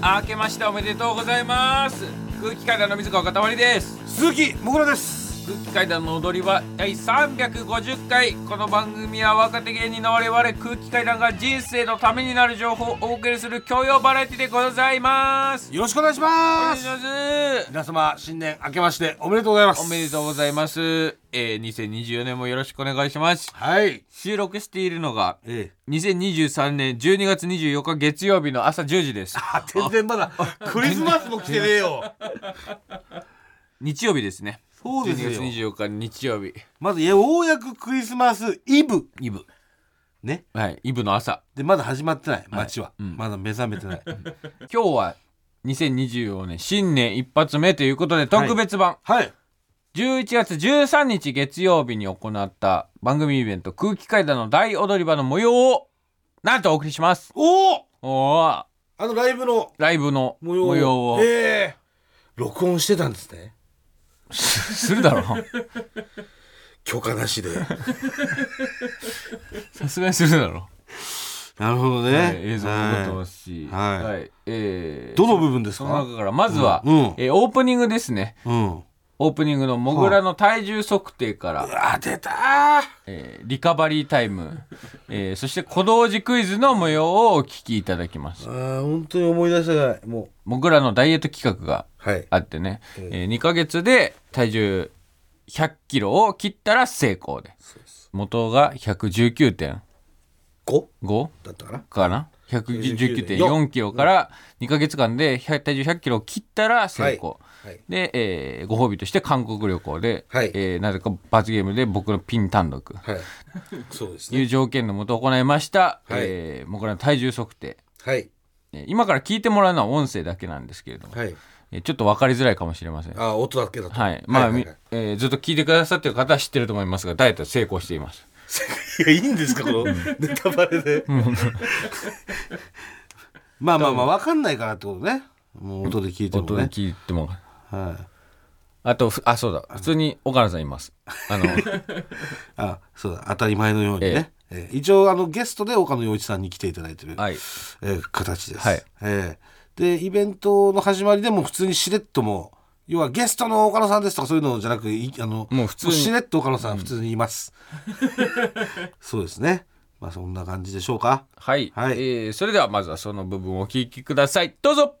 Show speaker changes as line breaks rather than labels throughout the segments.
あ明けましておめでとうございます空気階段の水川かたまりです
鈴木もぐらです
空気階段の踊り場第350回この番組は若手芸人の我々空気階段が人生のためになる情報をお送りする教養バラエティでございます
よろしくお願いし
お願
ま
いし
す
ます
皆様新年明けましておめでとうございます
おめでとうございます、えー、2024年もよろしくお願いします
はい
収録しているのが
ええ
2023年12月24日月曜日の朝10時です
あ全然まだクリスマスも来てねえ よ
日曜日ですね
そうですよ
12月24日日曜日
まずようやくクリスマスイブ
イブ
ね
はいイブの朝
でまだ始まってない街は、
うん
まだ目覚めてない
今日は2024年新年一発目ということで特別版、
はい
11月13日月曜日に行った番組イベント空気階段の大踊り場の模様をなんとお送りします
おお
おー
あのライブの
ライブの模
模様
様を
ええ録音してたんですね
するだろ う
許可なしで
さすがにするだろ
なるほどね、
う、はい映像も残ってますし
はい
えー
どの部分です
その
か
中からまずは、
うんうん
えーオープニングですね
うん
オープニングのモグラの体重測定から、
あ出たー
えーリカバリータイム、えーそして小道寺クイズの模様をお聞きいただきます
あー本当に思い出したがもう
僕らのダイエット企画が
はい
あってね、えー2ヶ月で体重100キロを切ったら成功で元が119.5
5だったかな
かな119.4キロから2ヶ月間で100体重100キロを切ったら成功、
はいはい
で、えーご褒美として韓国旅行で、
はい
えーなぜか罰ゲームで僕のピン単独、
はいそうです
いう条件のもと行いました、
はい
えー、もうこれは体重測定
はい
えー今から聞いてもらうのは音声だけなんですけれども、
はい
えーちょっと分かりづらいかもしれません
あー音だけだと
はいまあ、
い
みえーずっと聞いてくださってる方は知ってると思いますがダイエットは成功してい ます
いやいいんですかこのネタバレで まあまあまあ分かんないからってことねもう音で聞いても
音で
ね
聞いても
はい
あとふあそうだ普通に岡野さんいますあ の
あそうだ当たり前のようにねえー一応あのゲストで岡野陽一さんに来ていただいてる
はい
えー形です。
はい
えーでイベントの始まりでも普通にしれっともう要はゲストの岡野さんですとかそういうのじゃなくいあの
もう普通に
しれっと岡野さん普通にいます。 そうですね。まあそんな感じでしょうか。
はい、
はい
えーそれではまずはその部分をお聞きくださいどうぞ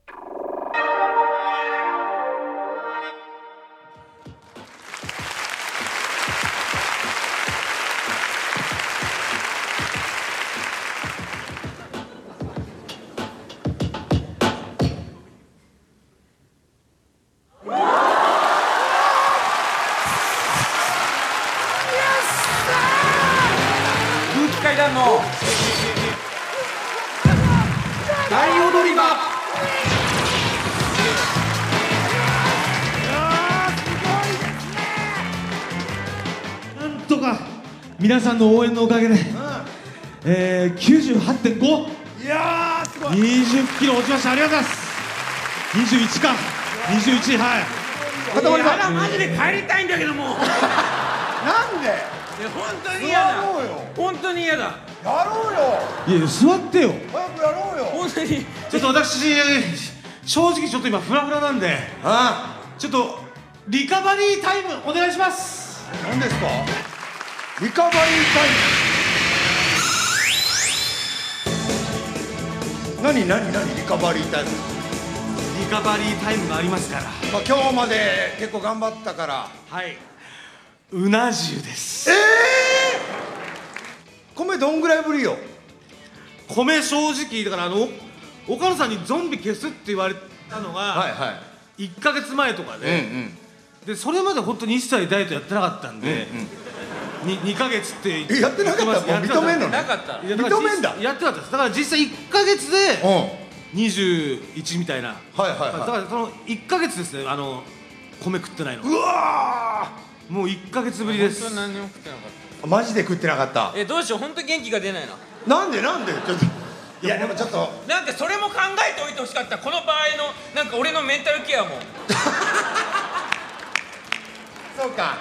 空気階段の
大踊り場。
なんとか皆さんの応援のおかげで、えー、98.5
いやーすごい
20キロ落ちましたありがとうございます21か21はい
あらマジで帰りたいんだけど もうなんでいや本当に嫌だやろうよ本当に嫌だやろうよ
いやいや座ってよ
早くやろうよ本当に
ちょっと私正直ちょっと今フラフラなんでああちょっとリカバリータイムお願いします
何ですかリカバリータイム何何何リカバリータイム
リカバリータイムがありますから
まあ今日まで結構頑張ったから
はいうな重です
ええー、米どんぐらいぶりよ
米正直だからあの岡野さんにゾンビ消すって言われたのが、
はい
1か月前とかで、でそれまで本当に一切ダイエットやってなかったんで、に2か月って言
えやってなかった
やって
もう認めんのね
なかった
いやだから
認めんだ
実やってなかったですだから実際1か月で
うん
21みたい
は
な
いはいはい
だからその1か月ですねあの米食ってないの
うわ
もう1か月ぶりです
何も食ってなかっ
ーマジで食ってなかった
たえどうしよう本当元気が出ないな
なんでなんでちょっといやでもちょっと
なんかそれも考えておいてほしかったこの場合のなんか俺のメンタルケアも
そうか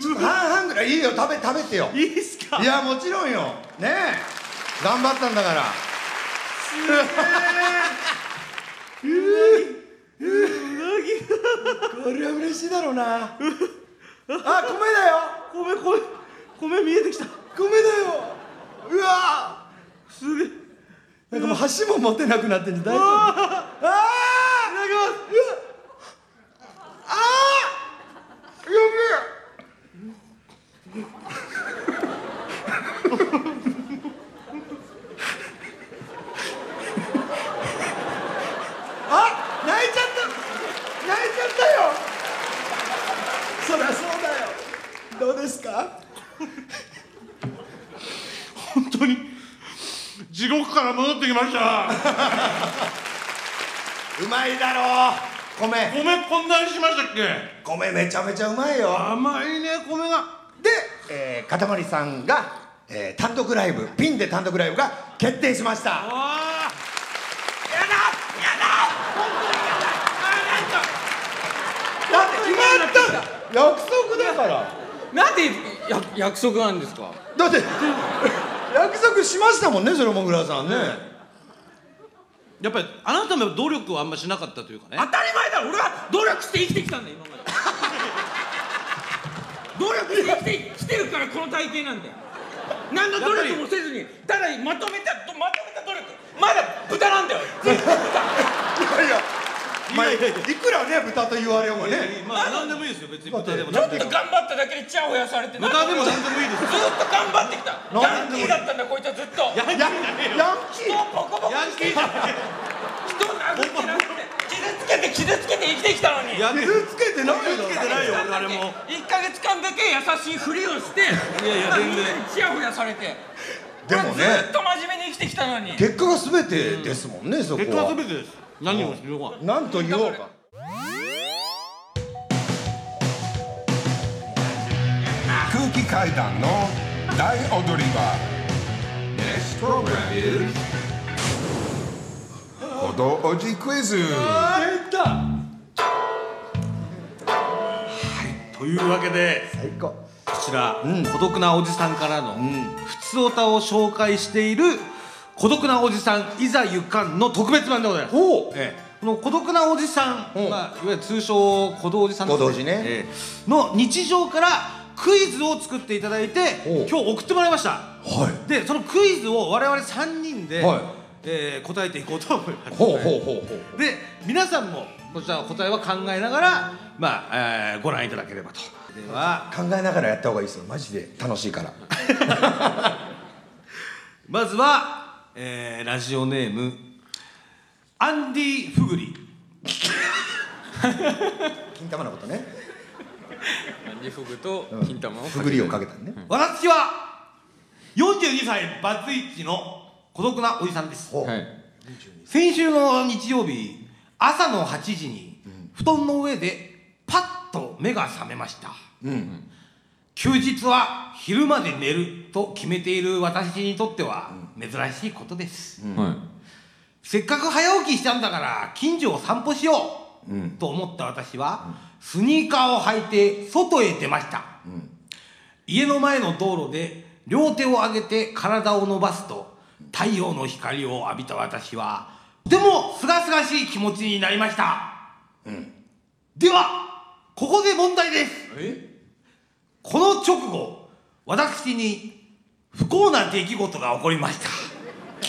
ちょっと半々ぐらいいいよ食べ食べてよ
いいっすか
いやもちろんよねえ頑張ったんだからこれは嬉しいだろうなあ米だよ米米米見えてきた米だようわすげえなんかもう箸も持てなくなってんじゃん大丈夫ああいただきますああやべえあ泣いちゃった泣いちゃったよそりゃそうだよどうですか
本当に地獄から戻ってきました
うまいだろう米
米こんなにしましたっけ
米めちゃめちゃうまいよ
甘いね米が
で、えー、かたまりさんが、えー単独ライブピンで単独ライブが決定しましたやだやだ
あ
だって決まった約束だから
なんでや約束なんですか
だって約束しましたもんねそれもぐらさんね
やっぱりあなたも努力をあんましなかったというかね
当たり前だろ俺は努力して生きてきたんだよ今まで努力して生きてきてるからこの体型なんだよ何の努力もせずにただまとめたまとめた努力まだ豚なんだよ全部豚
いやいやまあいくらね豚と言われようがね
まあ何でもいいですよ別に豚でも
ちょ
何
っ
で
と
も
頑張っただけでチヤホヤされて
豚でも
ずっ
何でもいいですよ
と頑張ってきたヤンキーだったんだこいつはずっと
ヤンキーじゃねえよ
ヤンキ
人をボコボコ
ヤンキーじゃね
人を殴って殴って傷つけて傷つけて生きてきたの
え
に
よヤンキ
ー
ー
つけてないよ
つけてないよ俺誰も
1か月間だけ優しいふりをしてい
やいや全然
チヤホヤされて
でもね
俺はずっと真面目に生きてきたのに
結果が全てですもんねそこ
結果は
は
全てです何をしようが
なんと言おうか
空気階段の大踊り場 Next program is ご当地クイズ
というわけで
最高
こちら、孤独なおじさんからの、ふつおたを紹介している孤独なおじさんいざゆかんの特別版でございます
ほう
ええこの孤独なおじさん、
うん
まあ、いわゆる通称小道おじさんです
小道寺ね
ええの日常からクイズを作っていただいて
おう
今日送ってもらいました
はい
でそのクイズを我々3人で、
はい
ええ答えていこうと思います
ほうほうほうほう
で皆さんもこちらの答えは考えながら、まあええご覧いただければとでは
考えながらやった方がいいですよマジで楽しいから
まずは、えーラジオネームアンディ・フグリ
金玉のことね
リフグと金玉を
ふぐりをかけたのね
私は42歳バツイチの孤独なおじさんです
ほう
先週の日曜日朝の8時に布団の上でパッと目が覚めました、休日は昼まで寝ると決めている私にとっては珍しいことです、せっかく早起きしたんだから近所を散歩しよう、と思った私はスニーカーを履いて外へ出ました、家の前の道路で両手を上げて体を伸ばすと太陽の光を浴びた私はとても清々しい気持ちになりました、ではここで問題ですこの直後私に不幸な出来事が起こりました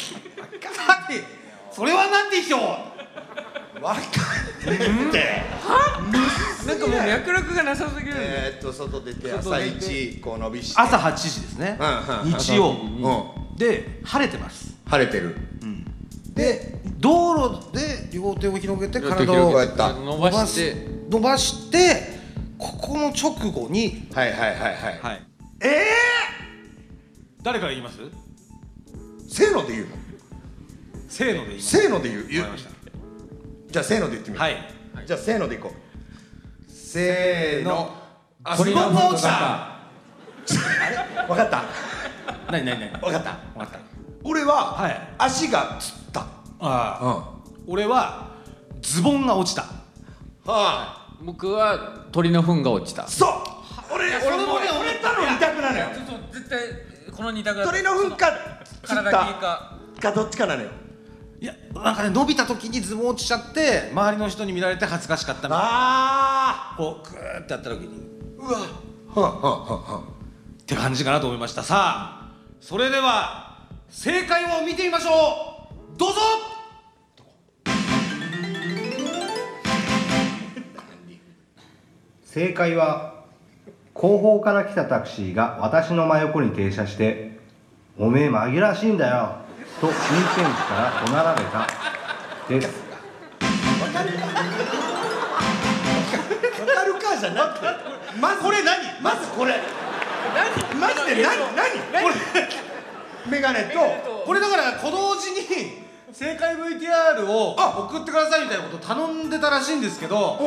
さてそれは何でしょう
わかんって
なんかもう脈絡がなさすぎるんだよ
えーっと外出て朝一こう伸びして
朝8時ですね、
うんうん
日曜、
う
で晴れてます
晴れてる
で道路で両手を広げて体
こ
を
うやったはい
伸ばして
伸ばしてここの直後に
はいはいはい
はいええ誰から言います
せーので言うの
せーので言います
せーので言う言う
わかりまし
じゃあせーので言ってみよ
はいう
じゃあせーのでいこうせーの
あ
鳥が
スポンポン落ちた
わかった
何何何
わかった
分かった
俺は、
はい
足がつった
ああ
は
俺はズボンが落ちた
あ
僕は鳥の糞が落ちた
そう俺俺もね
俺
俺たの二択なのよ
絶対この二択だ
鳥の糞かつっ
体
た
系か
かどっちかなのよ
いやなんかね伸びた時にズボン落ちちゃって周りの人に見られて恥ずかしかったみたいな
あ
こうグーってやった時に
ーうわ
はあ、はあはあはあ、って感じかなと思いましたさあそれでは正解を見てみましょうどうぞ
正解は後方から来たタクシーが私の真横に停車して「おめえ紛らわしいんだよ」と運転手から怒鳴られたです
わかるかじゃなくてまずこれ何まずこれ
何
マジで何何これメガネと
これだからこのうちに正解 VTR を送ってくださいみたいなことを頼んでたらしいんですけど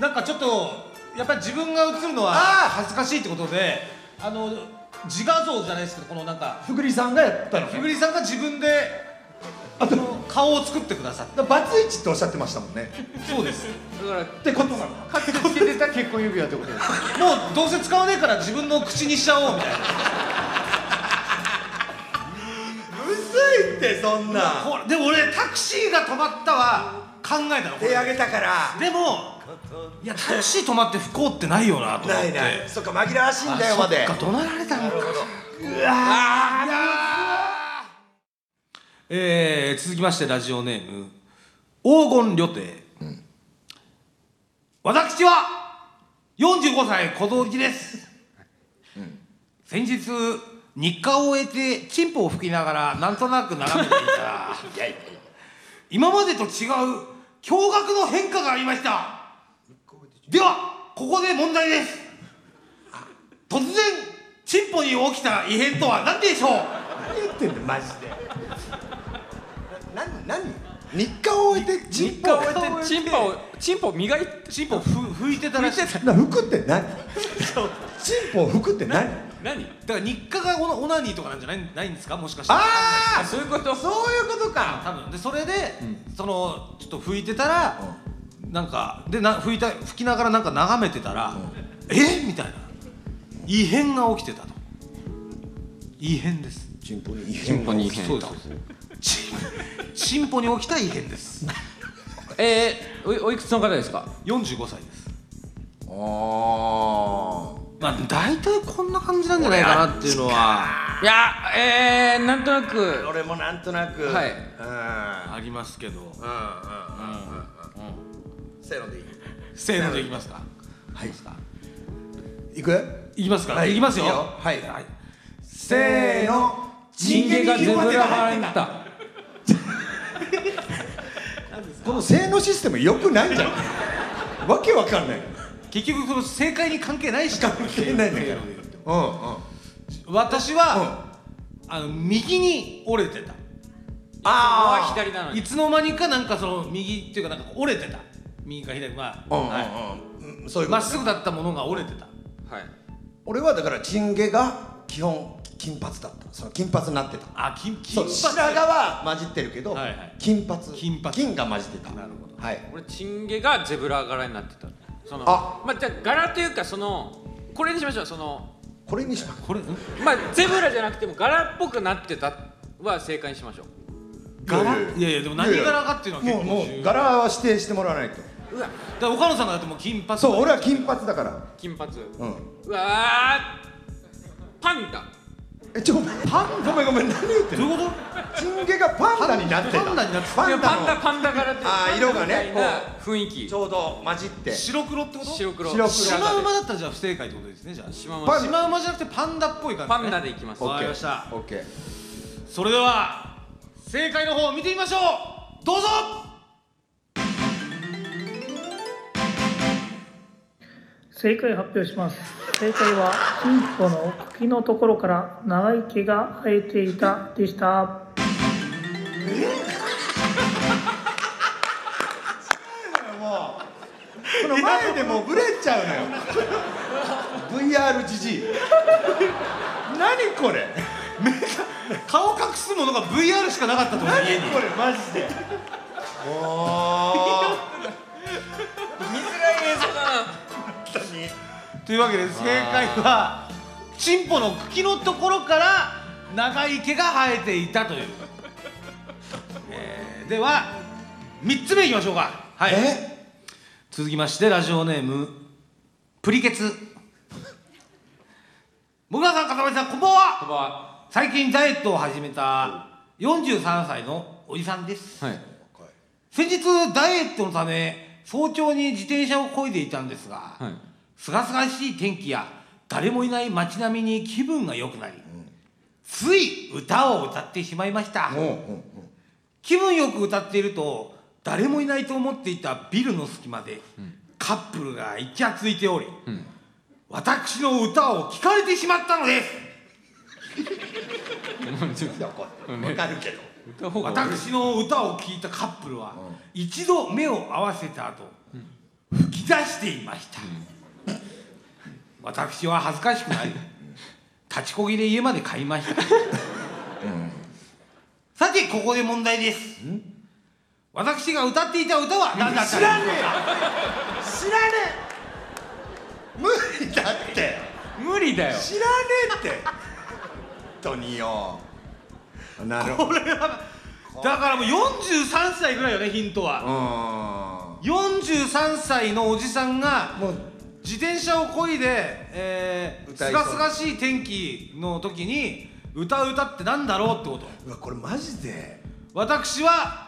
なんかちょっとやっぱり自分が映るのは
あ
恥ずかしいってことであの自画像じゃないですけどこのなんか
ふぐりさんがやったの
ひぐりさんが自分であの顔を作ってくださっ
だからバツイチっておっしゃってましたもんね
たそうです
ってことなの
かつて捨ててた結婚指輪ってことですか
もうどうせ使わねえから自分の口にしちゃおうみたいな
むずいってそんな
ほらでも俺タクシーが止まったは考えたのこ
手
れ
上げたから
でもいやタクシー止まって不幸ってないよなと思っ
な
て
いないそっか紛らわしいんだよまで
そっか怒鳴られたのかえー続きましてラジオネーム黄金旅程、私は45歳小僧きです、先日日課を終えてチンポを吹きながらなんとなく眺め ていたら今までと違う驚愕の変化がありましたではここで問題です突然チンポに起きた異変とは何でしょう
何言ってんだよマジでな何何日課を終えて
実
日
家
課
を
を終
置いて
えて
チンパをチンパを磨いて
チンポふ拭いてたらしい
な服って何チンポを服って何
何
だから日課がオナニーとかなんじゃないないんですかもしかして
あ
そういうこと
あそういうことか
多分でそれで、そのちょっと拭いてたら、なんかでな拭いた拭きながらなんか眺めてたら、えみたいな異変が起きてたと異変です
チンポに
チンポに異変
そうですそうですチンチ ンポに起きた異変です
えー、おおいくつの方ですか
45歳です
あ
まあ大体こんな感じなんじゃないかなっていうのはい
やえー、なんとなく
あ俺もなんとなく
はい
うん
ありますけど
せーのでいい
せーのでいきますか
はいいく
いきますか、、
はいい
きますよ
いいよ
はい、はい、
せーの
人間がゼブラ腹に来た
この性能システム良くないんじゃんわけわかんない
結局その正解に関係ないし関
係ないんだからうんうん
私は、あの右に折れてた
あは左なのに
いつの間にかなんかその右っていうかなんか折れてた右か左まあ
うんうんうんそういう
ま
こ
っ
と
すぐだったものが折れてた
はい
俺はだからチンゲが基本金髪だったその金髪になってた
あ金金
そう
髪
白髪は混じってるけど、
はいはい
金髪
金髪
金が混じってた
なるほど
はい
俺チンゲがゼブラ柄になってたその
あ
まあじゃあ柄というかそのこれにしましょうその
これにした
これん
まあゼブラじゃなくても柄っぽくなってたは正解にしましょう
柄
いやいや
いやいやでも何柄かっていうのは結
も
構
うも
重
う
要
柄は指定してもらわないと
うわ
だから岡野さんがだってもう金髪
そう俺は金髪だから
金髪
うん
うわーパンダ
えちょごめんパンごめんごめん何言ってん
どう
の
いうこ
チンゲがパンダになってた
パンダになってた
パ
いや
ンダ
パ
の
ンダパンダ柄って
あー色がね
みたいな雰囲気
ちょうど混じって
と白黒ってこと
白黒
白黒
シ
白
マウマ
髪
だったらじゃあ不正解ってことですねじゃあ
シマウマ
パン
シマウマじゃなくてパンダっぽい感じ、ね、
パンダでいきます
わかりました
オッケー
それでは正解の方を見てみましょうどうぞ
正解発表します正解はチンポの茎のところから長い毛が生えていたでした
この前でもうブレちゃうのよ VR じじい何これ
顔隠すものが VR しかなかったと思う
何これマジでもう
というわけで正解はチンポの茎のところから長い毛が生えていたという、えーでは3つ目いきましょうかはい続きましてラジオネームプリケツ僕らさんかさまりさんこんばん
ば
は
んは
最近ダイエットを始めた43歳のおじさんです、
はい
先日ダイエットのため早朝に自転車を漕いでいたんですが
はい
すがすがしい天気や誰もいない街並みに気分が良くなり、つい歌を歌ってしまいました、気分よく歌っていると誰もいないと思っていたビルの隙間で、カップルがイチャついており、私の歌を聴かれてしまったのです
わかるけど
歌方が
私の歌を聴いたカップルは一度目を合わせた後吹き出していました私は恥ずかしくない立ちこぎで家まで帰りましたさてここで問題です私が歌っていた歌は何だった
知
でしょう
らねえ知らねえ無理だって
無理だよ
知らねえって本当によなるほどう
だからもう43歳ぐらいよねヒントは
ーん
43歳のおじさんが
もう
自転車を漕いで、えー、
歌
す
いそう
がすがしい天気の時に歌う歌ってなんだろうってこと
うわこれマジで
私は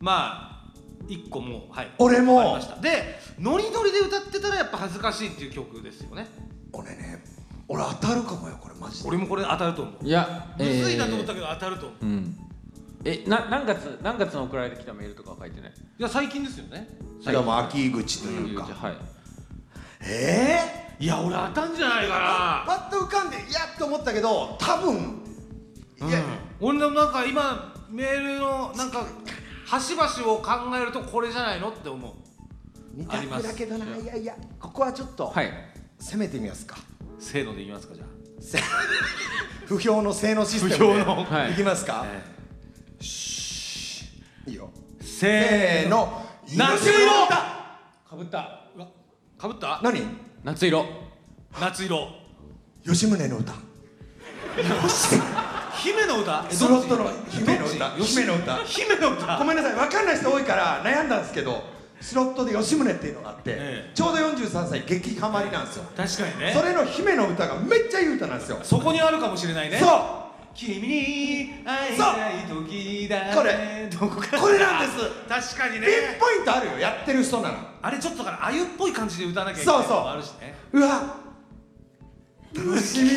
まあ一個もうはい
俺も
わかりましたでノリノリで歌ってたらやっぱ恥ずかしいっていう曲ですよね
俺ね俺当たるかもよこれマジで
俺もこれ当たると思う
いや
むずいなと思った
え
けど当たると思う、
ーうんえな何月何月の送られてきたメールとかは書いてない
いや最近ですよね
それはもう秋口というか
はい
ええ
いや俺当たんじゃないか
パッと浮かんでいやっと思ったけど多分いや、
な俺でもなんか今メールのなんか端々を考えるとこれじゃないのって思う
二
ありま
択
す
だけどないやいやここはちょっと、
はい
攻めてみますか
せーのでいきますかじゃあ
せ不評の性能システムで
不評 の
はい
いきますか、
え
いいよ
せ
せ
ー
ー
の
の
夏色
だ
かぶった
かぶった
何
夏色
夏色
吉宗の歌
姫の歌
スロットの姫の
ど
歌
っち
姫の歌
姫の
ご
歌
めんなさい分かんない人多いから悩んだんですけどスロットで吉宗っていうのがあって、
ええ
ちょうど43歳激ハマりなんですよ、
確かにね
それの姫の歌がめっちゃいい歌なんですよ、
そこにあるかもしれないね
そう
君に会いたい時だ
そうこれ
どこか
これなんです
確かにね
ピンポイントあるよやってる人なら
あれちょっとだからあゆっぽい感じで歌わなきゃいけないのもあるしね
うわ楽しみ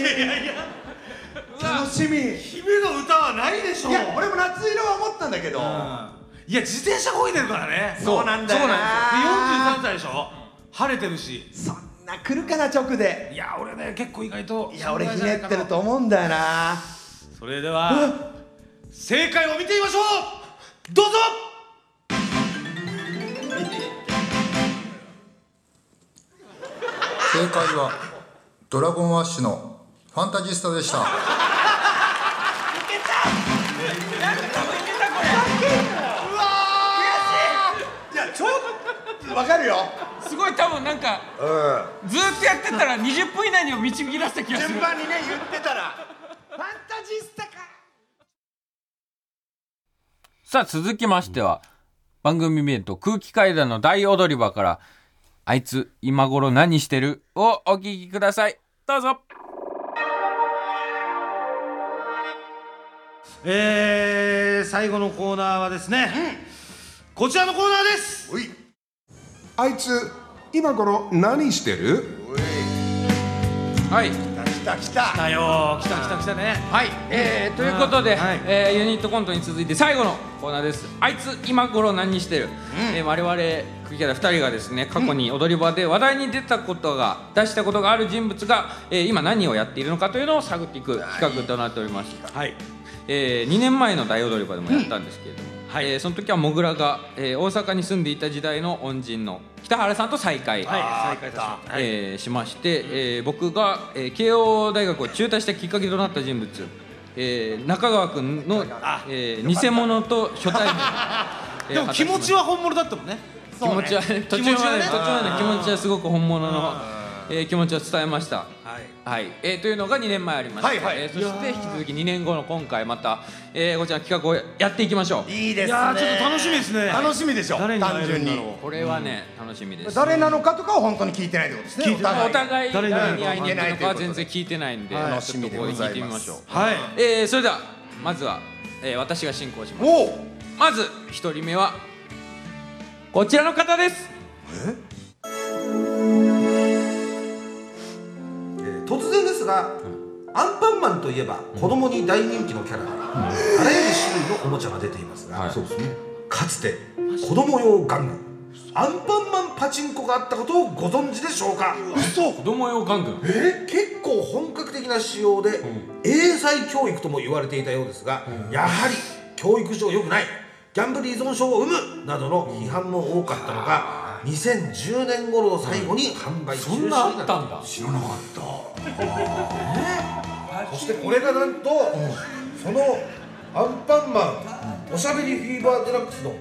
楽しみい
姫の歌はないでしょ
や俺も夏色は思ったんだけど
いや自転車こいでるからね
そうなんだよ
そう
な
なんですよで43歳でしょ晴れてるし
そんな来るかな直で
いや俺ね結構意外と
いや俺ひねってると思うんだよな
それでは正解を見てみましょうどうぞ
正解はドラゴンアッシュのファンタジスタでした
いやちょっとわかるよ
すごい多分なんか
う
ずーっとやってたら20分以内にも導き出した気が
ん
する
順番にね言ってたらファンタジスタか
さあ続きましては番組イベント空気階段の大踊り場からあいつ今頃何してるをお聞きくださいどうぞ
えー、最後のコーナーはですね、こちらのコーナーです
おい
あいつ今頃何してる
はい
来た来た
だよー来た来た来たね
はい、えー、ということで、
はい
えーユニットコントに続いて最後のコーナーですあいつ今頃何してる、えー我々クリキャラ2人がですね過去に踊り場で話題に出たことが、出したことがある人物が、えー今何をやっているのかというのを探っていく企画となっております
はい
えー2年前の大踊り場でもやったんですけれども、えーその時はモグラが、えー大阪に住んでいた時代の恩人の北原さんと再会、
はい再開させてはい
えーしまして、えー僕が、えー慶応大学を中退したきっかけとなった人物、えー中川君の、えー偽物と初対面えー
でも気持ちは本物だったもんね
果たしました気持ちはね途
気持
中まで
ちはね
途中まで気持ちはすごく本物のえー気持ちを伝えました。はいえーというのが2年前ありました、
はいはい
えーそして引き続き2年後の今回また、えーこちらの企画をやっていきましょうい
いですねいやーちょっと楽しみですね楽しみでしょ誰に会
単
える
純
んだろう
にこれはね、楽しみです
誰なのかとかは本当に聞いてないってことですね
お互い
お
誰
互
に
い
会いに
聞け
行
な
く
い
の
というこ
かは
とで
全然聞いてないんで、
はい
ちょっとここで聞いてみましょう
はい
えーそれではまずは、えー私が進行しますまず一人目はこちらの方です
突然ですが、アンパンマンといえば子供に大人気のキャラ、あらゆる種類のおもちゃが出ていますが、かつて子供用ガンガンアンパンマンパチンコがあったことをご存知でしょうか
嘘子供用ガンガン
え結構本格的な仕様で、英才教育とも言われていたようですが、やはり教育上良くないギャンブル依存症を生むなどの批判も多かったのが、2010年頃を最後に販売中止になったんだ知らなかったそしてこれがなんと、そのアンパンマン、おしゃべりフィーバーデラックスの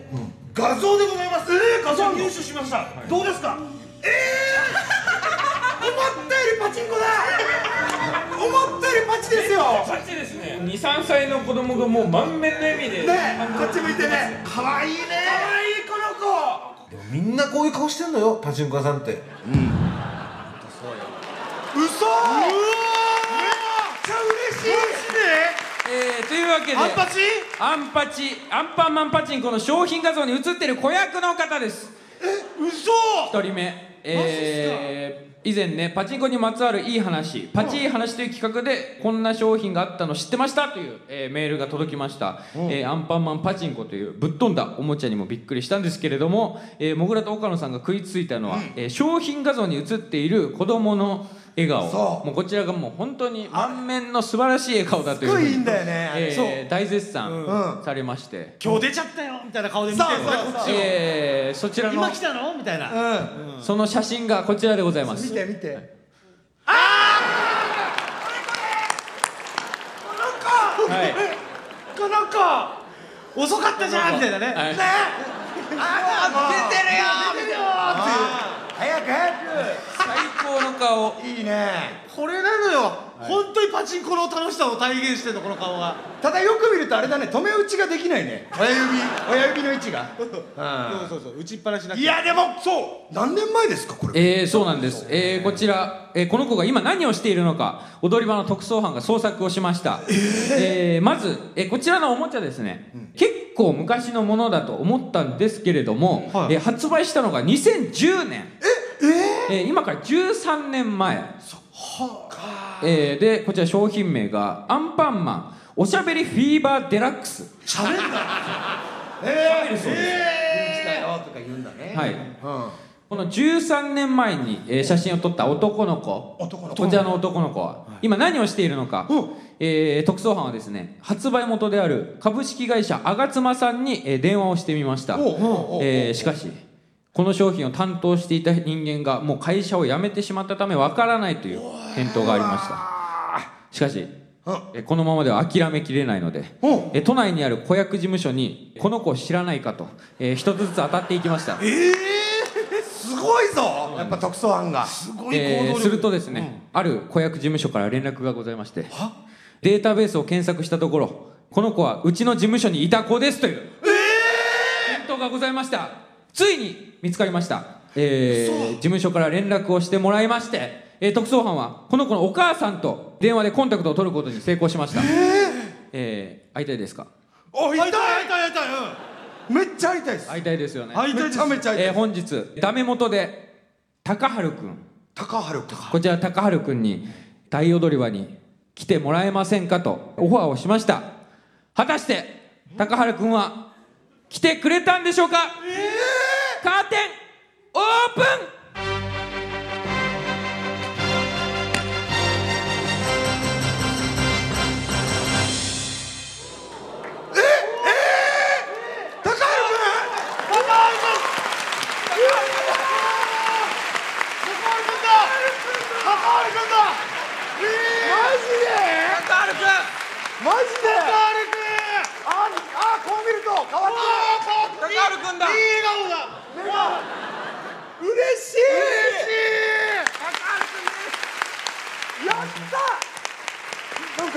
画像でございます。ええ画像入手しました。どうですか。ええ思ったよりパチンコだ。思ったよりパチですよ。
パチですね23歳の子供がもう満面の笑みで
ねこっち向いてね可愛いね可愛いこの子みんなこういう顔してんのよパチンコ屋さんってうん
嘘うわめっちゃ嬉しい
えーというわけで
アンパチ
アンパチアンパンマンパチンコの商品画像に映ってる子役の方ですえ
嘘
一人目えー以前ねパチンコにまつわるいい話パチいい話という企画でこんな商品があったの知ってましたという、えーメールが届きました、えーアンパンマンパチンコというぶっ飛んだおもちゃにもびっくりしたんですけれども、えー、もぐらと岡野さんが食いついたのは、えー商品画像に映っている子供の笑顔もうこちらがもう本当に満面の素晴らしい笑顔だというふうに
すごいいいんだよねあれ
えー
そう
大絶賛されまして、
今日出ちゃったよみたいな顔で見てる
そうそうそうえーそちらの
今来たのみたいな、
その写真がこちらでございます
見て見て
この子、
はい
この子遅かったじゃんみたいなね、
はい
ねあー出てるよ出てるよ
早く早
最高の顔
いいね
これなのよ、本当にパチンコの楽しさを体現してるのこの顔が
ただよく見るとあれだね止め打ちができないね親指親指の位置が
そうそうそう打ちっぱなしなくて
いやでもそう何年前ですかこれ
えー、そうなんです、えー、こちら、えー、この子が今何をしているのか踊り場の特捜班が捜索をしました、えーまず、えーこちらのおもちゃですね、結構昔のものだと思ったんですけれども、えー発売したのが2010年え、えー今から13年前えーでこちら商品名が「アンパンマンおしゃべりフィーバーデラックス」
しゃべんな
喋るそうです
えー、とか言うんだね
はいこの13年前に、えー写真を撮った男の子こちらの男の子は、今何をしているのか、えー特捜班はですね発売元である株式会社吾妻さんに、えー電話をしてみました、えーしかしこの商品を担当していた人間がもう会社を辞めてしまったためわからないという返答がありましたしかしえーこのままでは諦めきれないのでえー都内にある子役事務所にこの子を知らないかと、えー一つずつ当たっていきました
えー、すごいぞやっぱ特捜班がすごい行動
えー
力
するとですね、ある子役事務所から連絡がございましてデータベースを検索したところこの子はうちの事務所にいた子ですという返答がございましたついに見つかりました、えー事務所から連絡をしてもらいまして、えー特捜班はこの子のお母さんと電話でコンタクトを取ることに成功しましたえー会いたいですか
あ痛い痛い痛い痛い、うん、めっちゃ痛いです
会いたいですよね
会いたいですめちゃめちゃ痛い
えー本日ダメ元で高春くん
高原君
こちら高春くんに大踊り場に来てもらえませんかとオファーをしました果たして高春くんは来てくれたんでしょうか、カーテンオープン
高原君高原君だ高原君だ高原君だえー、マジで高原君マジで高原君ああこう見ると変わった変わった高原君だいい笑顔だ嬉し
ね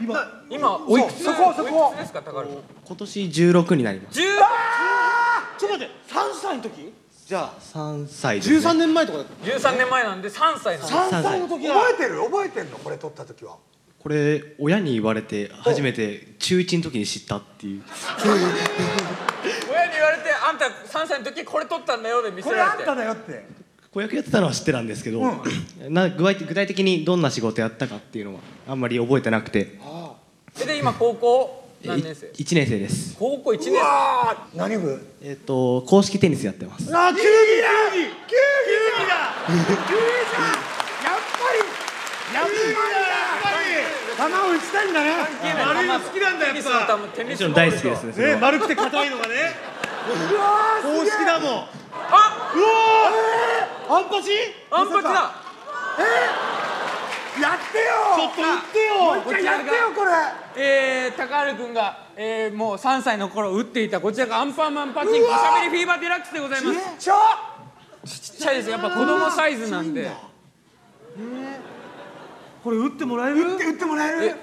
今今おいくつ
そこそこ
おいくつですか高橋
今年16になります
十
ちょっと待って3歳の時
じゃあ3歳です、ね、
13年前とかだった
十三年前なんで三歳なんです
三歳の
覚えてる覚えてんのこれ撮った時は
これ親に言われて初めて中1の時に知ったっていう
親に言われてあんた三歳の時これ取ったんだよで見せ
これ
られ
あん
て
ただよって
子役やってたのは知ってたんですけど、 な具合具体的にどんな仕事やったかっていうのはあんまり覚えてなくて
えで今高校何年生
1年生です
高校一
う
年生
わー何部
えっ、と公式テニスやってます
あー球技球技球技だ球技だやっぱりやっぱりだやっぱり球を打ちたいんだね
丸いの好きなんだやっぱ
テニ
も
ス
ちろ
の
ん大好きですねそれ
ね
は
丸くて硬いのがね
うわー
公
すげえ
式だもんあ
あ
うわーアンパチ
アンパチだ
やってよ
ちょっと打ってよ
もう一回やってよこれ
えー、高原君が、えー、もう3歳の頃打っていたこちらがアンパンマンパチンコおしゃべりフィーバーデラックスでございます
ちょ
ちっちゃいですやっぱ子供サイズなんで
これ打ってもらえる
打ってもらえる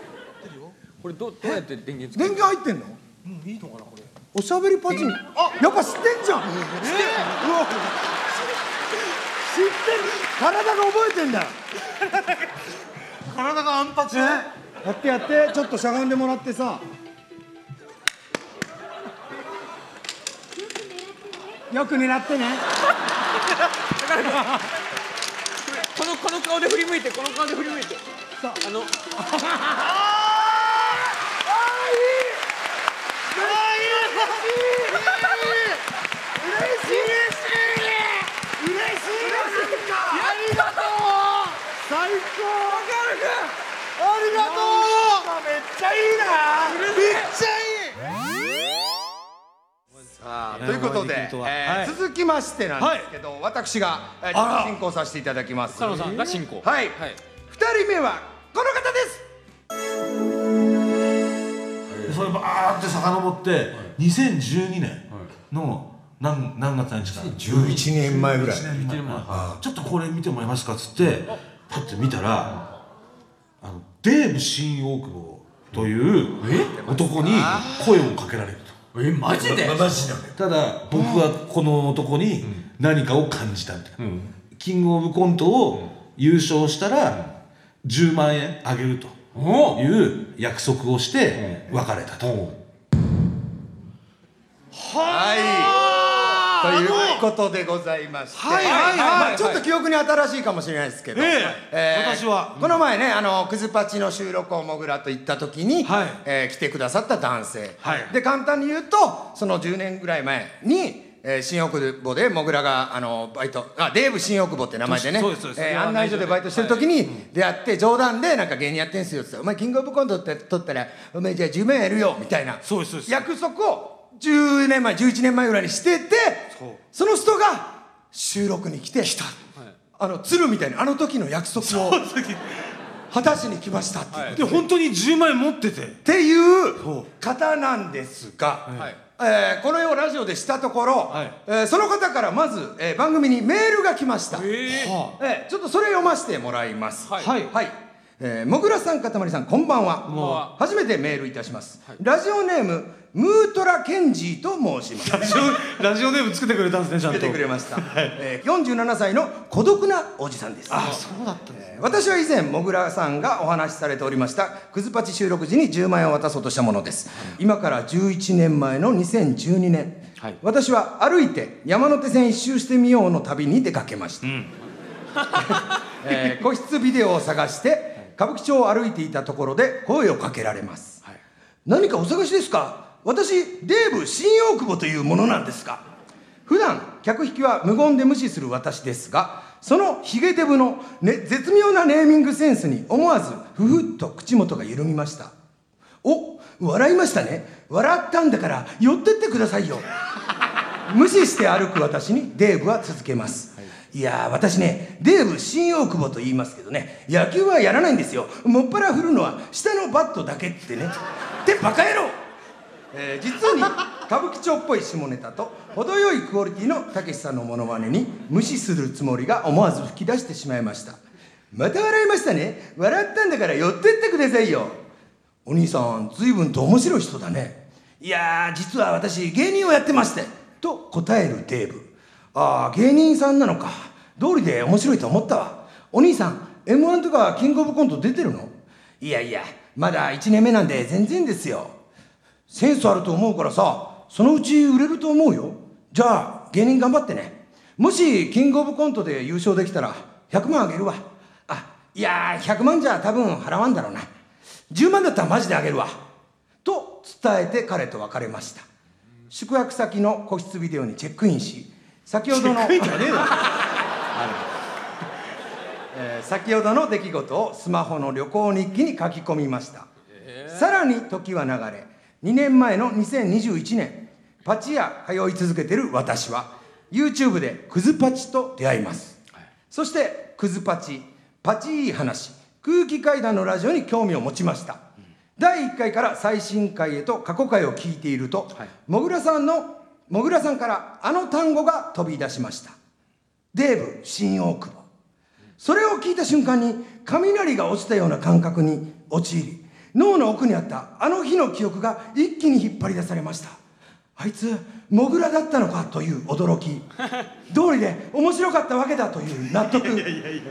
これどどうやって電源つけ
電
る
源入ってんの
いいのかなこれ
おしゃべりパチンあやっぱ知ってんじゃん知ってる知ってる体が覚えてんだよ
体がアンパチ
ねやってやってちょっとしゃがんでもらってさよく狙ってね
このこの顔で振り向いてこの顔で振り向いてさあの
嬉しい嬉しいありがとう最高ありがとうめっちゃいいなめっちゃいい
さあということで、えー
はい
続きましてなんですけど、私が、えー、ちょっと進行させていただきます。
草野さ
は
んが進行
い、二人目はこの方です。
それバーって遡って2012年の何何月何日か
11年前ぐらい
11年前はいちょっとこれ見てもらえますかっつってパッて見たらあのデーブ新大久保という男に声をかけられるとえマ
ジで
マジでただ僕はこの男に何かを感じたみたいな、キングオブコントを優勝したら10万円あげるという約束をして別れたと、
はい。と
あ
い
の
うことでございまして、
はいはいはい
まあちょっと記憶に新しいかもしれないですけど、
え
えー
私は
この前ねあのクズパチの収録をもぐらと行った時に、えー来てくださった男性、で簡単に言うとその10年ぐらい前に。えー新大久保でもぐらがあのバイトあデーブ新大久保って名前でね
そうですそうです
えー案内所でバイトしてる時に出会って冗談でなんか芸人やってんすよって言ったらお前キングオブコントって取ったらお前じゃあ10万円やるよみたいな
そうですそうです
約束を10年前11年前ぐらいにしててその人が収録に来てあの鶴みたいにあの時の約束を果たしに来ましたって,、い、っ
で本当に10万円持ってて
ていう方なんですが、えーこの絵をラジオでしたところ、えーその方からまず、えー番組にメールが来ました、はあえーちょっとそれ読ませてもらいますはい、えーもぐらさんかたまりさんこんばんは初めてメールいたします、ラジオネームムートラケンジーと申します
ラジオラジオネーム作ってくれたんですねちゃん
出
と
てくれました、えー47歳の孤独なおじさんです
あそうだったんです
えー私は以前もぐらさんがお話しされておりましたクズパチ収録時に10万円を渡そうとしたものです今から11年前の2012年、私は歩いて山手線一周してみようの旅に出かけました、 えー個室ビデオを探して歌舞伎町を歩いていたところで声をかけられます、何かお探しですか私デーブ新大久保というものなんですが普段客引きは無言で無視する私ですがそのヒゲデブの、ね、絶妙なネーミングセンスに思わずふふっと口元が緩みましたお笑いましたね笑ったんだから寄ってってくださいよ無視して歩く私にデーブは続けます、い、やー私ねデーブ新大久保と言いますけどね野球はやらないんですよもっぱら振るのは下のバットだけってねってバカ野郎えー実に歌舞伎町っぽい下ネタと程よいクオリティのたけしさんのモノマネに無視するつもりが思わず吹き出してしまいましたまた笑いましたね笑ったんだから寄ってってくださいよお兄さん随分と面白い人だねいやー実は私芸人をやってましてと答えるデーブああ芸人さんなのか道理で面白いと思ったわお兄さん m 1とかキングオブコント出てるのいやいやまだ1年目なんで全然ですよセンスあると思うからさそのうち売れると思うよじゃあ芸人頑張ってねもしキングオブコントで優勝できたら100万あげるわあいやー100万じゃ多分払わんだろうな10万だったらマジであげるわと伝えて彼と別れました宿泊先の個室ビデオにチェックインし先ほどの
チェックインじゃねえ だろ
えー先ほどの出来事をスマホの旅行日記に書き込みましたさらに時は流れ2年前の2021年パチ屋通い続けてる私は YouTube でクズパチと出会います、そしてクズパチパチいい話空気階段のラジオに興味を持ちました、第1回から最新回へと過去回を聞いていると、もぐらさんのもぐらさんからあの単語が飛び出しましたデーブ新大久保それを聞いた瞬間に雷が落ちたような感覚に陥り脳の奥にあったあの日の記憶が一気に引っ張り出されましたあいつモグラだったのかという驚き道理で面白かったわけだという納得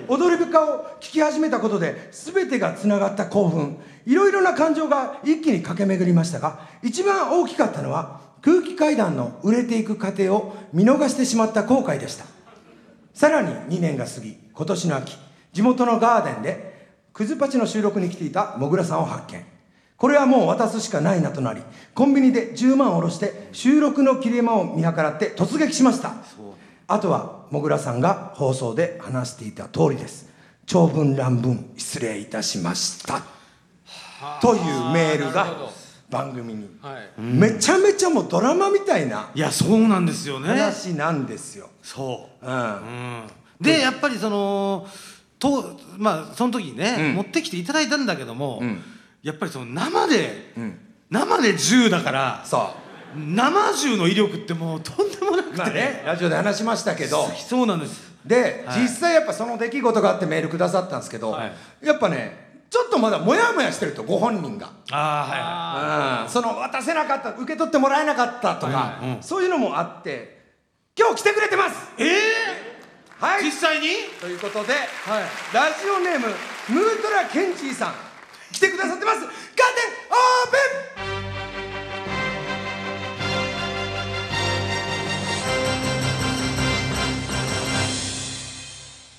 踊り深を聞き始めたことで全てがつながった興奮いろいろな感情が一気に駆け巡りましたが一番大きかったのは空気階段の売れていく過程を見逃してしまった後悔でしたさらに2年が過ぎ今年の秋地元のガーデンでクズパチの収録に来ていたもぐらさんを発見これはもう渡すしかないなとなりコンビニで10万下ろして収録の切れ間を見計らって突撃しましたあとはもぐらさんが放送で話していた通りです長文乱文失礼いたしましたというメールが番組にめちゃめちゃもうドラマみたいない
やそうなんですよね
話なんですよ
そう、
うん
でやっぱりそのとまあその時にね、持ってきていただいたんだけども、やっぱりその生で、生で銃だから生銃の威力ってもうとんでもなくて、
ねラジオで話しましたけど
そうなんです
で、
はい
実際やっぱその出来事があってメールくださったんですけど、やっぱねちょっとまだモヤモヤしてるとご本人が、
あ
うんその渡せなかった受け取ってもらえなかったとか、そういうのもあって今日来てくれてますええはい実際にということで、ラジオネームムートラケンチーさん来てくださってますガーデンオープン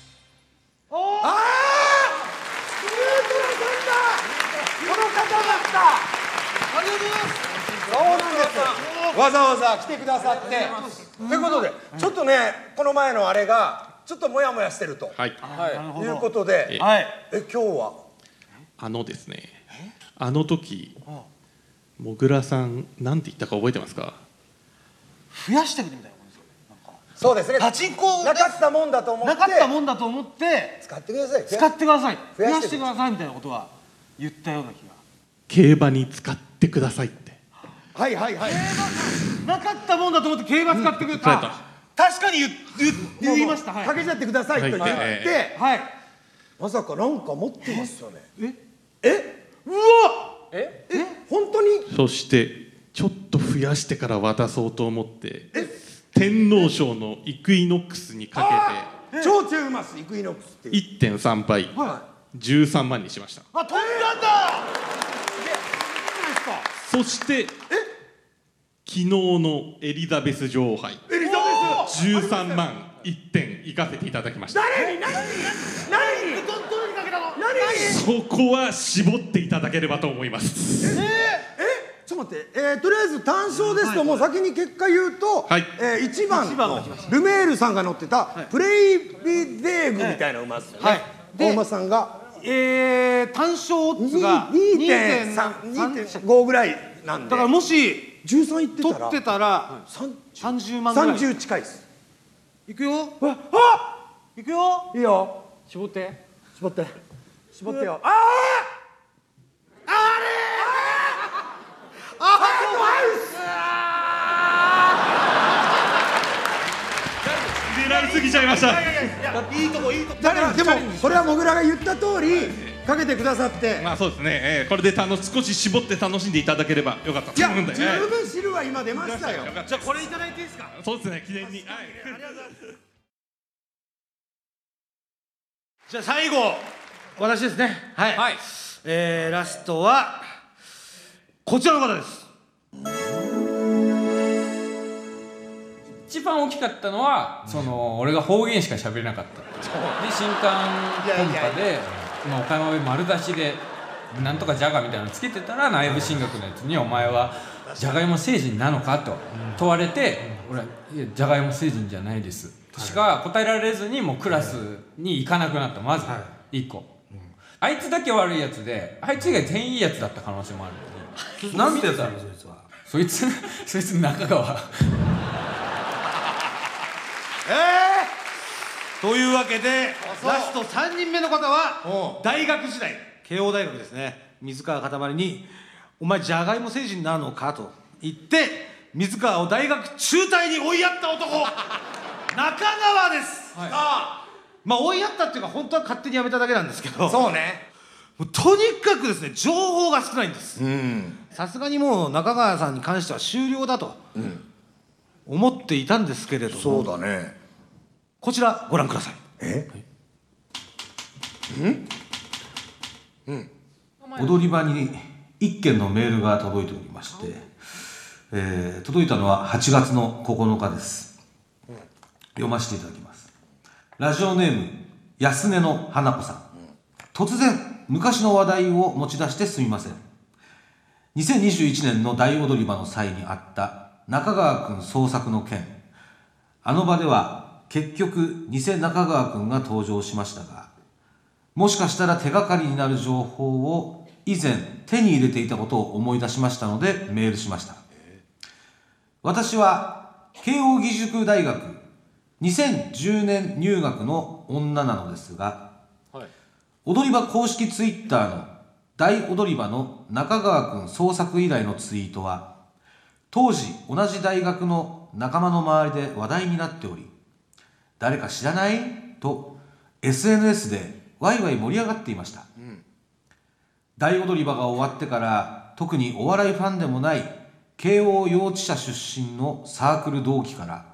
ああヌートラさんだこの方だったありがとうございますそうなんですわざわざ来てくださってということでちょっとねこの前のあれがちょっとモヤモヤしてると
はい
いいうこと
え
で
え
え今日は
あのですねあの時もぐらさんなんて言ったか覚えてますか
増やしてくれみたいな
そうですね
パチンコな
かったもんだと思
ってなかったもんだと思って
使ってください
使ってください増
増や
や
して
してくださいみたいなことは言ったような気が
競馬に使ってくださいって
はいはいはい
なかったもんだと思って競馬使ってくれ
そうや
た
っ
確かに言う言う言いましたはい
かけちゃってくださいと言っ
はいはい
て
はい
まさかなんか持ってますよね
え
えうわええ本当に
たそしてちょっと増やしてから渡そうと思って天皇賞のイクイノックスにか
超強いますイクイノックスって
けて1.3倍
は
13万にしました
あ飛んだんだすげえ
そして昨日のエリザベス女王杯
エリザベス
13万1点いかせていただきました
誰に何に何にどどれにかけたの何に
そこは絞っていただければと思います
ええちょっと待って、えー、とりあえず単勝ですと、もう先に結果言うと、
はい
えー、1番
一番が
の
来ま
ルメールさんが乗ってた、プレイビデーグみたいな馬ですよね、
はい
大馬さんが
えー、単勝オッズが
2.3.5ぐらいなんで
だからもし
13いって
取
たら
ってたら30万ぐらい
30近いです
いくよ
ああ
いくよ
いいよ
絞って
絞って絞ってよあ
あ
入れられすぎちゃいました
いいとこいいとこ
だからでもそれはもぐらが言った通り、
かけてくださってまあそうですね、ええこれで楽し少し絞って楽しんでいただければよかった
いや
と思うんで
十
え
分汁は今出ましたよ
よかった
じゃあこれいただいていいですか
えそうですね記念にはい
じゃあ最後私ですねはい、えー、ラストはこちらの方です
一番大きかったのはその俺が方言しか喋れなかったで新刊コンパでまあ岡山弁丸出しでなんとかジャガみたいなのつけてたら内部進学のやつに「お前はジャガイモ星人なのか?」と問われて「俺はいやジャガイモ星人じゃないです」しか答えられずにもうクラスに行かなくなったまず1個あいつだけ悪いやつであいつ以外全員いいやつだった可能性もある
なんてやつな
だ
のそい
つはそいつ そいつ中川
えー、というわけでラスト3人目の方は大学時代慶応大学ですね水川かたまりに「お前じゃがいも星人なのか?」と言って水川を大学中退に追いやった 男中川です、ああまあ追いやったっていうか本当は勝手にやめただけなんですけどそうねとにかくですね情報が少ないんですさすがにもう中川さんに関しては終了だと思っていたんですけれどもそうだねこちらご覧くださいえん
踊り場に一件のメールが届いておりまして、えー届いたのは8月の9日です
うん
読ませていただきますラジオネーム安根の花子さん突然昔の話題を持ち出してすみません2021年の大踊り場の際にあった中川くん創作の件あの場では結局偽中川くんが登場しましたがもしかしたら手がかりになる情報を以前手に入れていたことを思い出しましたのでメールしました。私は慶応義塾大学2010年入学の女なのですが、踊り場公式ツイッターの大踊り場の中川くん創作以来のツイートは、当時同じ大学の仲間の周りで話題になっており、誰か知らないと SNS でワイワイ盛り上がっていました。大踊り場が終わってから特にお笑いファンでもない慶応幼稚舎出身のサークル同期から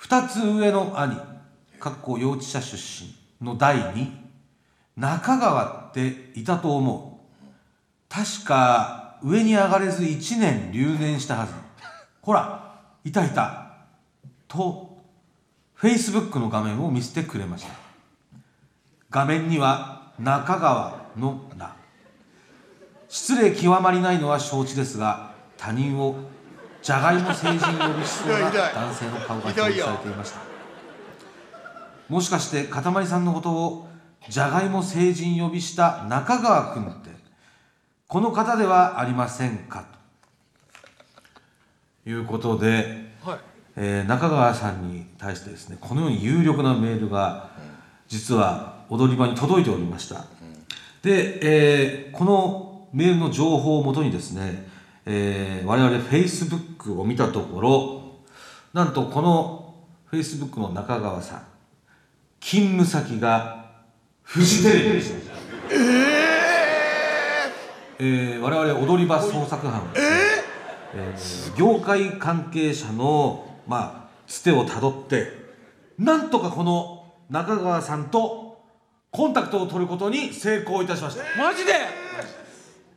2つ上の兄かっこ幼稚舎出身の代に中川っていたと思う確か上に上がれず1年留年したはずほらいたいたと Facebook の画面を見せてくれました画面には中川の名失礼極まりないのは承知ですが他人をじゃがいも成人呼びしそうな男性の顔が表示されていましたもしかしてかたまりさんのことをじゃがいも成人呼びした中川君ってこの方ではありませんかということで、
はい
えー中川さんに対してですねこのように有力なメールが実は踊り場に届いておりました、で、えーこのメールの情報をもとにですね、えー我々 Facebook を見たところなんとこの Facebook の中川さん勤務先がフジテレビでしたえー我々踊り場捜索班はですね、えー業界関係者の、まあ、つてをたどってなんとかこの中川さんとコンタクトを取ることに成功いたしました、マジで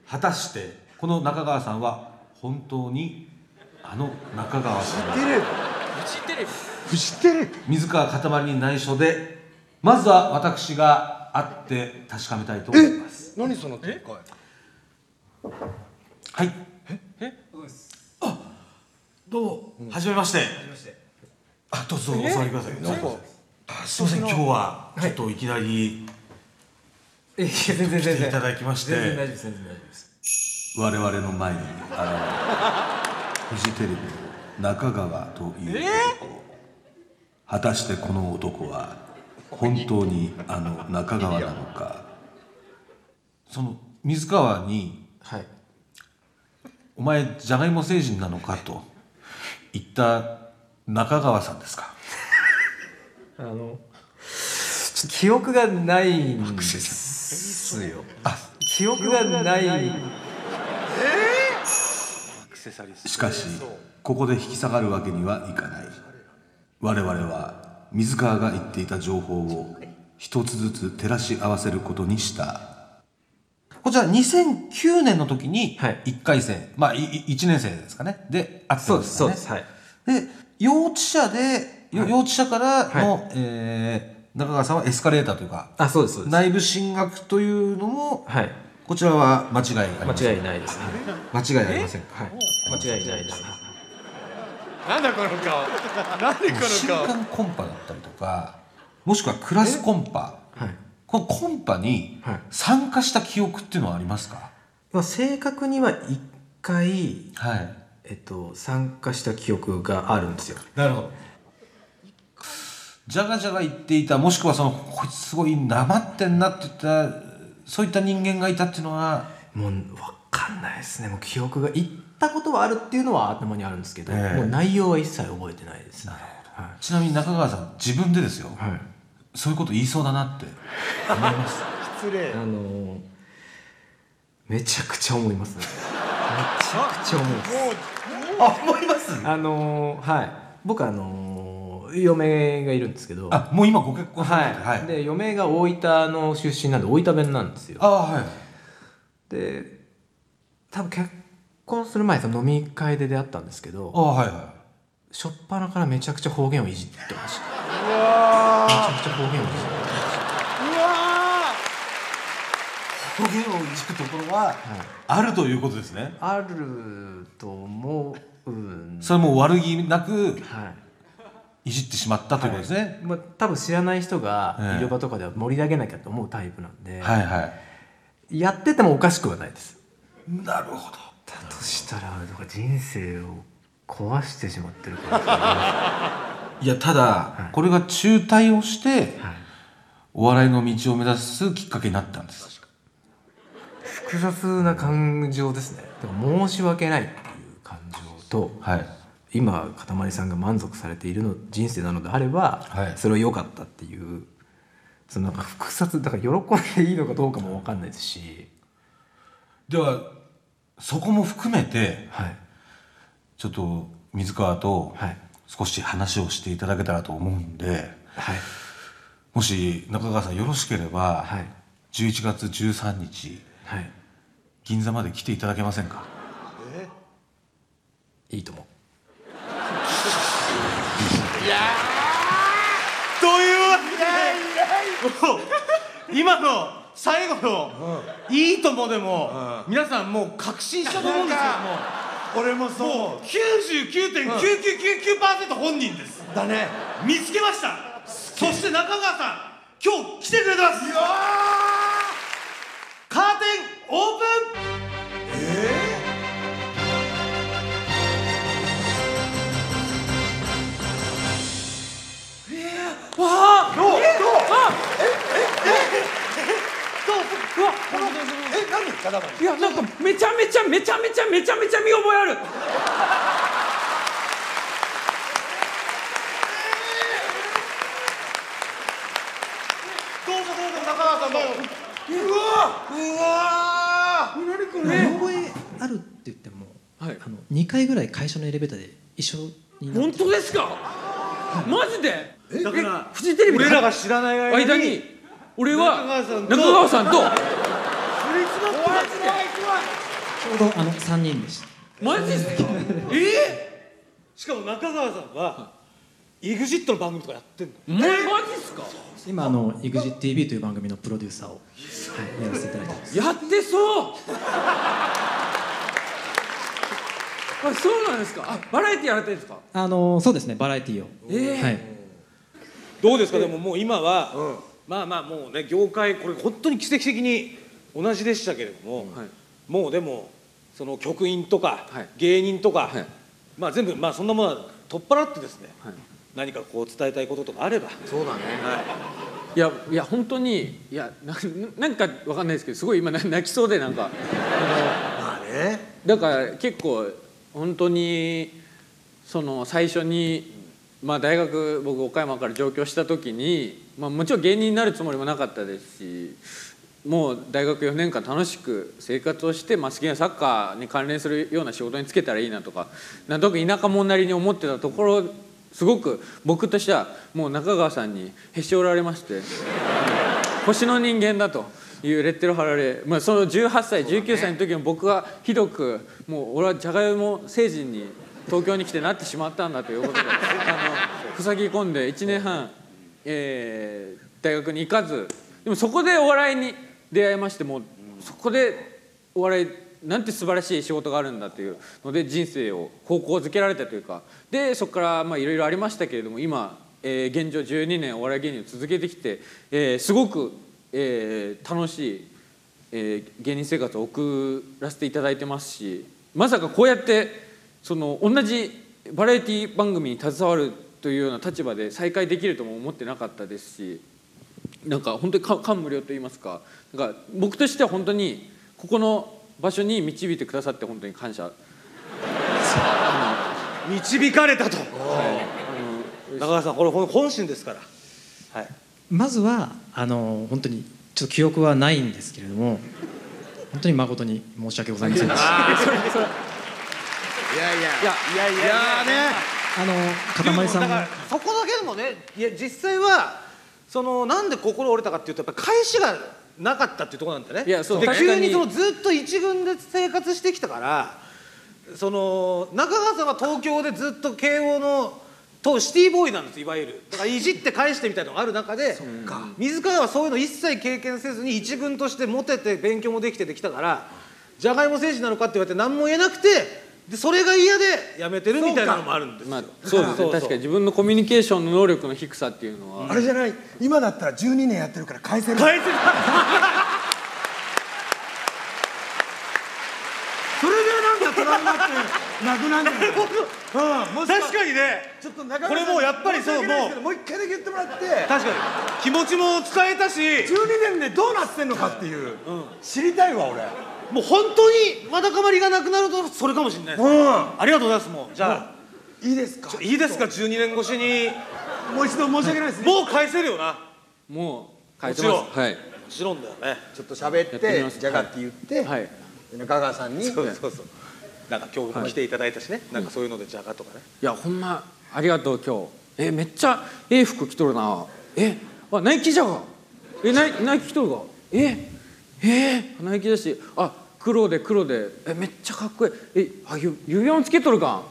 果たしてこの中川さんは本当にあの中川さん
レビフジテレビ
フジテレビ水川かたまりに内緒でまずは私が会って確かめたいと思います
何その展開
はい
え
どうも、はじめまして。あ、どうぞお
え
座りください。
なんか
あすいません、今日はちょっといきなり。え、全然全然。来ていただきまして。
全然大丈夫です全然大丈夫です
我々の前に、あの。フジテレビの中川という。果たしてこの男は。本当にあの中川なのか。その水川に。お前じゃがいも星人なのかと。言った中川さんですか。
あのちょっと記憶がないんです
すよあ記憶がないえ
しかしここで引き下がるわけにはいかない我々は水川が言っていた情報を一つずつ照らし合わせることにした
こちら2009年の時に1回戦、まあいい1年生ですかねであってますよね
そうです
で幼稚舎で、よ幼稚舎からの、えー中川さんはエスカレーターというか
あそうですそうです
内部進学というのも、こちらは間違いありません
間違いないですね
間違いありませんか
間違いないですね
なんだこの顔なんでこ
瞬
の顔
間コンパだったりとかもしくはクラスコンパ、このコンパに参加した記憶っていうのはありますか、
まあ、正確には1回、
はい
えっと、参加した記憶があるんですよ
なるほどじゃがじゃが言っていたもしくはそのこいつすごいなまってんなって言ったそういった人間がいたっていうのは
もう分かんないですねもう記憶が行ったことはあるっていうのは頭にあるんですけど、
ええ
もう内容は一切覚えてないですね
ちなみに中川さん自分でですよ、そういうこと言いそうだなって思います
失礼あのーめちゃくちゃ思いますねめちゃくちゃ思います
あ思います
あのーはい僕あのー嫁がいるんですけど
あもう今ご結婚
はい、で嫁が大分の出身なんで大分弁なんですよ
あはい
で多分結婚する前その飲み会で出会ったんですけど
あはいは
初っ端からめちゃくちゃ方言をいじってました
うわ
めちゃくちゃ方言をいじってました
うわ
方言をいじくところはあるということですね
あると思うん
それも悪気なく
はい
じってしまったということですね、
まあ、多分知らない人
え
が
え
色場とかでは盛り上げなきゃと思うタイプなんで、
はいはい
やっててもおかしくはないです
なるほど
だとしたらなんか人生を壊してしまってるから
いやただ、これが中退をして、お笑いの道を目指すきっかけになったんです
複雑な感情ですねでも申し訳ないっていう感情と、今かたまりさんが満足されているの人生なのであれば、それは良かったっていうそのなんか複雑だから喜んでいいのかどうかも分かんないですし
ではそこも含めて、ちょっと水川と少し話をしていただけたらと思うんで、もし中川さんよろしければ、11月13日、銀座まで来ていただけませんか
いいと思う
いやーというわけで今の最後の「いいとも」でも皆さんもう確信したと思うんですよ
なんか
もう俺もそう99.9999%本人ですだね見つけましたそして中川さん今日来てくれてますカーテンオープンわあどうどうあえええええうわえ何かだ
いやなんかめちゃめちゃめちゃめちゃめちゃめちゃ見覚えある
どうぞどうぞ中川さんどうぞうわうわ何こ
見覚えあるって言っても、あの2回ぐらい会社のエレベーターで一緒になっ
本当ですかマジで
だから
フジテレビで
俺らが知らない間に
間に俺は
と
中川さんと
クリスマス怖い怖い怖い
ちょうどあの3人でした
マジですかえー、しかも中川さんは EXIT の番組とかやってんの
うん
えマジっすか
今あの EXITTV という番組のプロデューサーを、はい、やらせていただいてます
やってそうあそうなんですかあバラエティやられてるんですか
あのそうですねバラエティーを、
ええ
はい、
どうですかでももう今は、まあまあもうね業界これ本当に奇跡的に同じでしたけれども、もうでもその局員とか、芸人とか、まあ全部まあそんなものは取っ払ってですね、何かこう伝えたいこととかあればそうだね、
いやいや本当にいやななんかわかんないですけどすごい今な泣きそうでなんかあのだから結構本当にその最初に、まあ、大学僕岡山から上京した時に、まあ、もちろん芸人になるつもりもなかったですしもう大学4年間楽しく生活をして、まあ、好きなサッカーに関連するような仕事に就けたらいいなとかなんとなく田舎者なりに思ってたところすごく僕としてはもう中川さんにへし折られまして星の人間だというレッテル貼られ、まあ、その18歳19歳の時の僕はひどくもう俺はじゃがいも星人に東京に来てなってしまったんだということであの塞ぎ込んで1年半、えー大学に行かずでもそこでお笑いに出会いましてもうそこでお笑いなんて素晴らしい仕事があるんだというので人生を方向づけられたというかでそこからまあいろいろありましたけれども今、えー現状12年お笑い芸人を続けてきて、えーすごく、えー楽しい、えー芸人生活を送らせていただいてますしまさかこうやってその同じバラエティ番組に携わるというような立場で再会できるとも思ってなかったですしなんか本当にか感無量と言いますかなんか僕としては本当にここの場所に導いてくださって本当に感謝
導かれたと中川さんこれ本本心ですから
まずはあの本当にちょっと記憶はないんですけれども本当に誠に申し訳ございませんでした
あーそれ
そ
いや
れ
いや
いやいやいやいやね
あの塊さん
だ
も
からそこだけでもねいや実際はそのなんで心折れたかっていうとやっぱ返しがなかったっていうところなんだよね
いやそう
で
確か
急
に
にそのずっと一軍で生活してきたからその中川さんは東京でずっと慶応のとシティボーイなんですいわゆるだからいじって返してみたいなのがある中で水川はそういうの一切経験せずに一軍としてモテて勉強もできてできたからじゃがいも政治なのかって言われて何も言えなくてでそれが嫌でやめてるみたいなのもあるんです
まあ、そうですね確かに自分のコミュニケーションの能力の低さっていうのは
あれじゃない今だったら12年やってるから返せる
返せる
それでなんかトラウマってなくなんじゃないうんもし
確かにね
ちょっと
中
中
村さん
村さん
申し訳ないですけど
もう一回だけ言ってもらって
確かに気持ちも使えたし
12年でどうなってんのかっていう、知りたいわ俺
もう本当にわだかまりがなくなるとそれかもしれないで
う
す、
ん
ありがとうございますもうじゃあ、
いいですか
ちょいいですか12年越しに
もう一度申し訳ないです
もう返せるよな
もう
返
変え
せ
て
ます
ますはい
もちろんだよね
ちょっと喋
や
っ
ってみま
て
す
じゃがって言って、
はい
中川さんに
そうそうそうなんか今日も来ていただいたしね、なんかそういうのでじゃがとかね
いやほんまありがとう今日えめっちゃええ服着とるなえあナイキじゃがえナイナイキ着とるがええーナイキだしあ黒で黒でえめっちゃかっこいいえあゆ指輪もつけとるか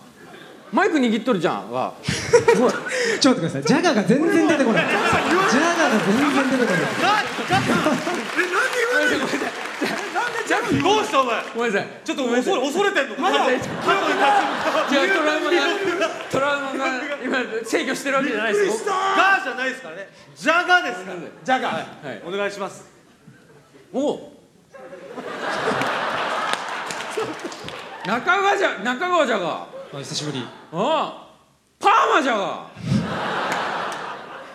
マイク握っとるじゃんわ
ちょっと待ってくださいジャガが全然出てこないジャガが全然出てこない
えなんで言わないのなんでジャッキどうしたお前
ごめんなさい
ちょっと恐れ恐れてんの
まだ
ごめんなさい
過去に立つ
違うトラウマがトラウマが今制御してるわけじゃないです
びっくりしたガーじゃないですからねジャガですからジャガはい、お願いします
お中川じゃ中川じゃが
あ久しぶり
ああパーマじゃが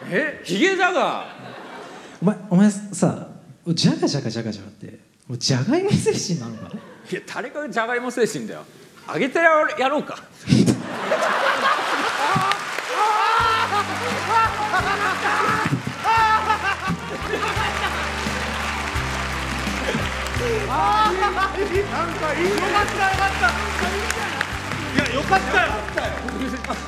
えヒゲじゃが
お前お前さジャガジャガジャガジャガってもうジャガイモ精神なのか
いや誰かがじゃがいも精神だよあげてやろうやろうか
あーなんかいいよかったよか
いやよかったよ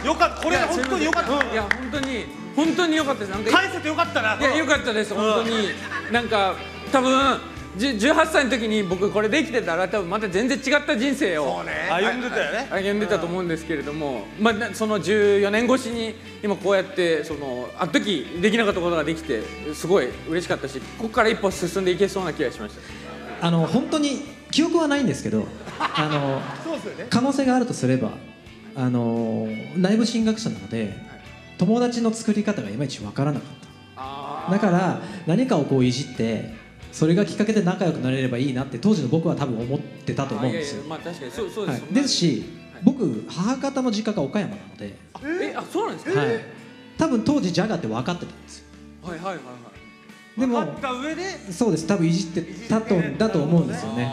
よかったこれ本当によかった
いや本当に本当に良かったですなんか
返せてよかったない
や良かったです本当になんか多分じゅ18歳の時に僕これできてたら多分また全然違った人生を
歩んでたよね
はい歩んでたと思うんですけれども、まあ、なその14年越しに今こうやってそのあの時できなかったことができてすごい嬉しかったしここから一歩進んでいけそうな気がしました
あの本当に記憶はないんですけ どあの
そうですよね
可能性があるとすればあの内部進学者なので友達の作り方がいまいち分からなかっただから何かをこういじってそれがきっかけで仲良くなれればいいなって当時の僕は多分思ってたと思うんですよ
あいやいやまあ確かにそうそうで
はい
す、そんな
ですし僕母方の実家が岡山なので、
えあそうなんですか、
はい、多分当時ジャガって分かってたんですよ
はいはいはいはい
でも
上で
そうです多分いじってたとだと思うんですよね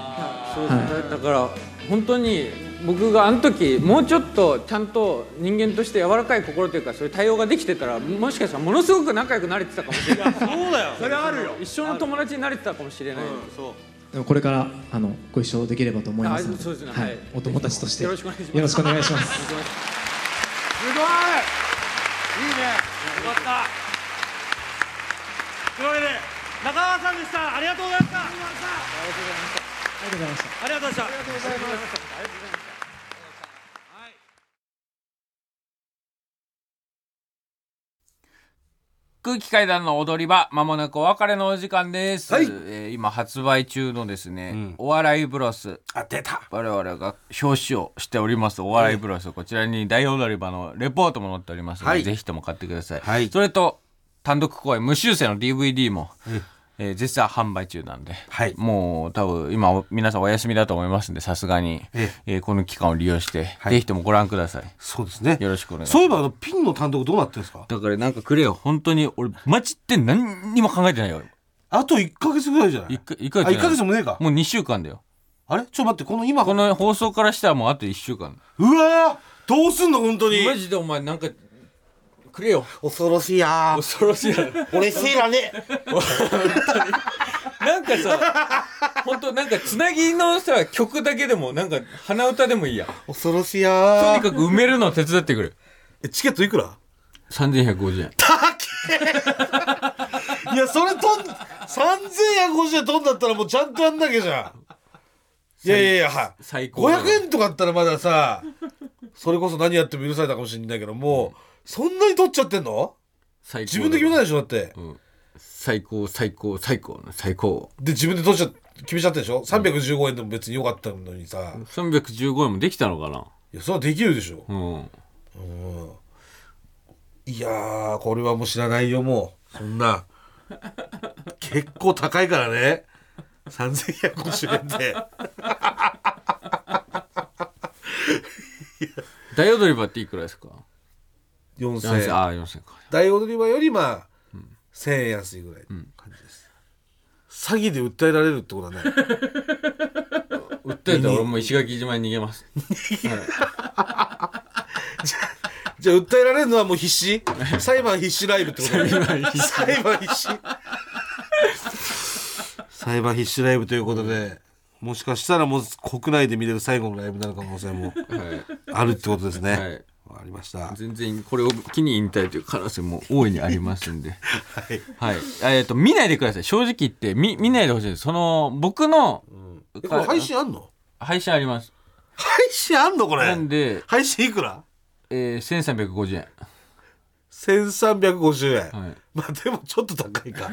そうですねだから本当に
僕があの時もうちょっとちゃんと人間として柔らかい心というかそういう対応ができてたらもしかしたらものすごく仲良くなれてたかもしれないそうだよそれあるよ一生の友達になれてたかもしれない、そう
でもこれからあのご一緒できればと思いますの
あそうですねはい
お友達として
よろしくお願いします
よろしくお願いします
すごいいいねよかったというわけで中川さんでしたありがとうございましたあり
がとうございました
ありがとうございましたありがとうございました
空気階段の踊り場まもなくお別れのお時間です、えー今発売中のですね、お笑いブロスあ出た我々が表紙をしておりますお笑いブロス、こちらに大踊り場のレポートも載っておりますので、
はい
ぜひとも買ってください、それと単独公演無修正の DVD も、えー絶賛販売中なんで、もう多分今お皆さんお休みだと思いますんでさすがに、えーこの期間を利用して、ぜひともご覧くださいそうですねよろしくお願いします
そういえばあのピンの単独どうなってるんですか
だからなんかくれよ本当に俺マジって何にも考えてないよ
あと1か月ぐらいじゃない
1か一ヶ月じゃない
あ一ヶ月もねえか
もう2週間だよ
あれちょっと待ってこの今
この放送からしたらもうあと1週間
うわーどうすんの本当にマ
ジでお前なんかくれよ
恐ろしいや
恐ろしいな
俺せいらね
なんかさ本当なんかつなぎのさ曲だけでもなんか鼻歌でもいいや
恐ろしいや
とにかく埋めるの手伝ってく
れチケットいくら
3150円
いやそれとん3150円取んだったらもうちゃんとやんなきゃじゃんいやいやいやはい
最高だな
500円とかあったらまださそれこそ何やっても許されたかもしれないけどもう、そんなに取っちゃってんの
最高
自分で決めないでしょだって、
最高最高最高最高
で自分で取っちゃ決めちゃったでしょ315円でも別によかったのにさ、
315円もできたのかない
やそれはできるでしょ
うん
いやーこれはもう知らないよもうそんな結構高いからね3150円で
大踊り場っていくらですか
4000円
ああ4000か
大踊り場よりまあ、1000円安いぐらいの感じです、詐欺で訴えられるってことだね
訴えたら俺もう石垣島に逃げます
じゃあ訴えられるのはもう必 死裁判必死ライブってことだね裁判必死裁判必死ライブということでもしかしたらもう国内で見れる最後のライブになる可能性もあるってことですね、
はい
わかりました
全然これを機に引退という可能性も大いにありますんで はい、えっ、と見ないでください正直言って見見ないでほしいですその僕の、
えこれ配信あんの
配信あります
配信あんのこれ
なんで
配信いくら
えー、1350円
1350円、
はい
まあでもちょっと高いか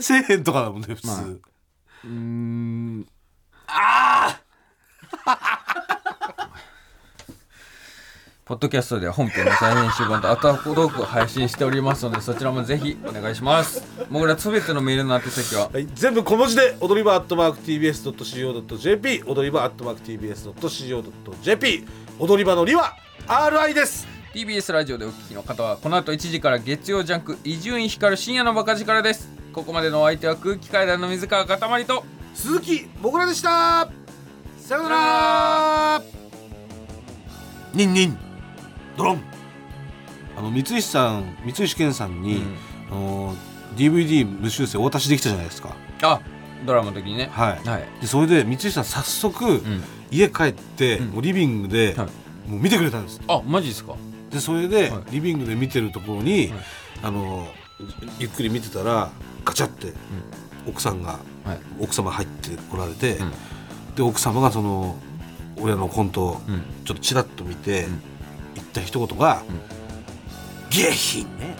1000円とかだもんね普通、
うーんポッドキャストでは本編の再編集版とアタックトークを配信しておりますのでそちらもぜひお願いしますもぐらすべてのメールの宛先は
はい、全部小文字で踊り場アットマーク TBS.CO.JP 踊り場アットマーク TBS.CO.JP 踊り場のりは RI です
TBS ラジオでお聞きの方はこの後1時から月曜ジャンク伊集院光る深夜のバカ力ですここまでのお相手は空気階段の水川かたまりと
鈴木もぐらでしたさよなら
ニンニンドロンあの三石さん三石健さんに、あの DVD 無修正お渡しできたじゃないですか
あドラマの時にね
はい、でそれで三石さん早速、家帰って、もうリビングで、もう見てくれたんです
あマジですか
でそれで、リビングで見てるところに、あのゆっくり見てたらガチャって、奥さんが、奥様入ってこられて、で奥様がその俺らのコントをちょっとちらっと見て、言った一言が「下品ね」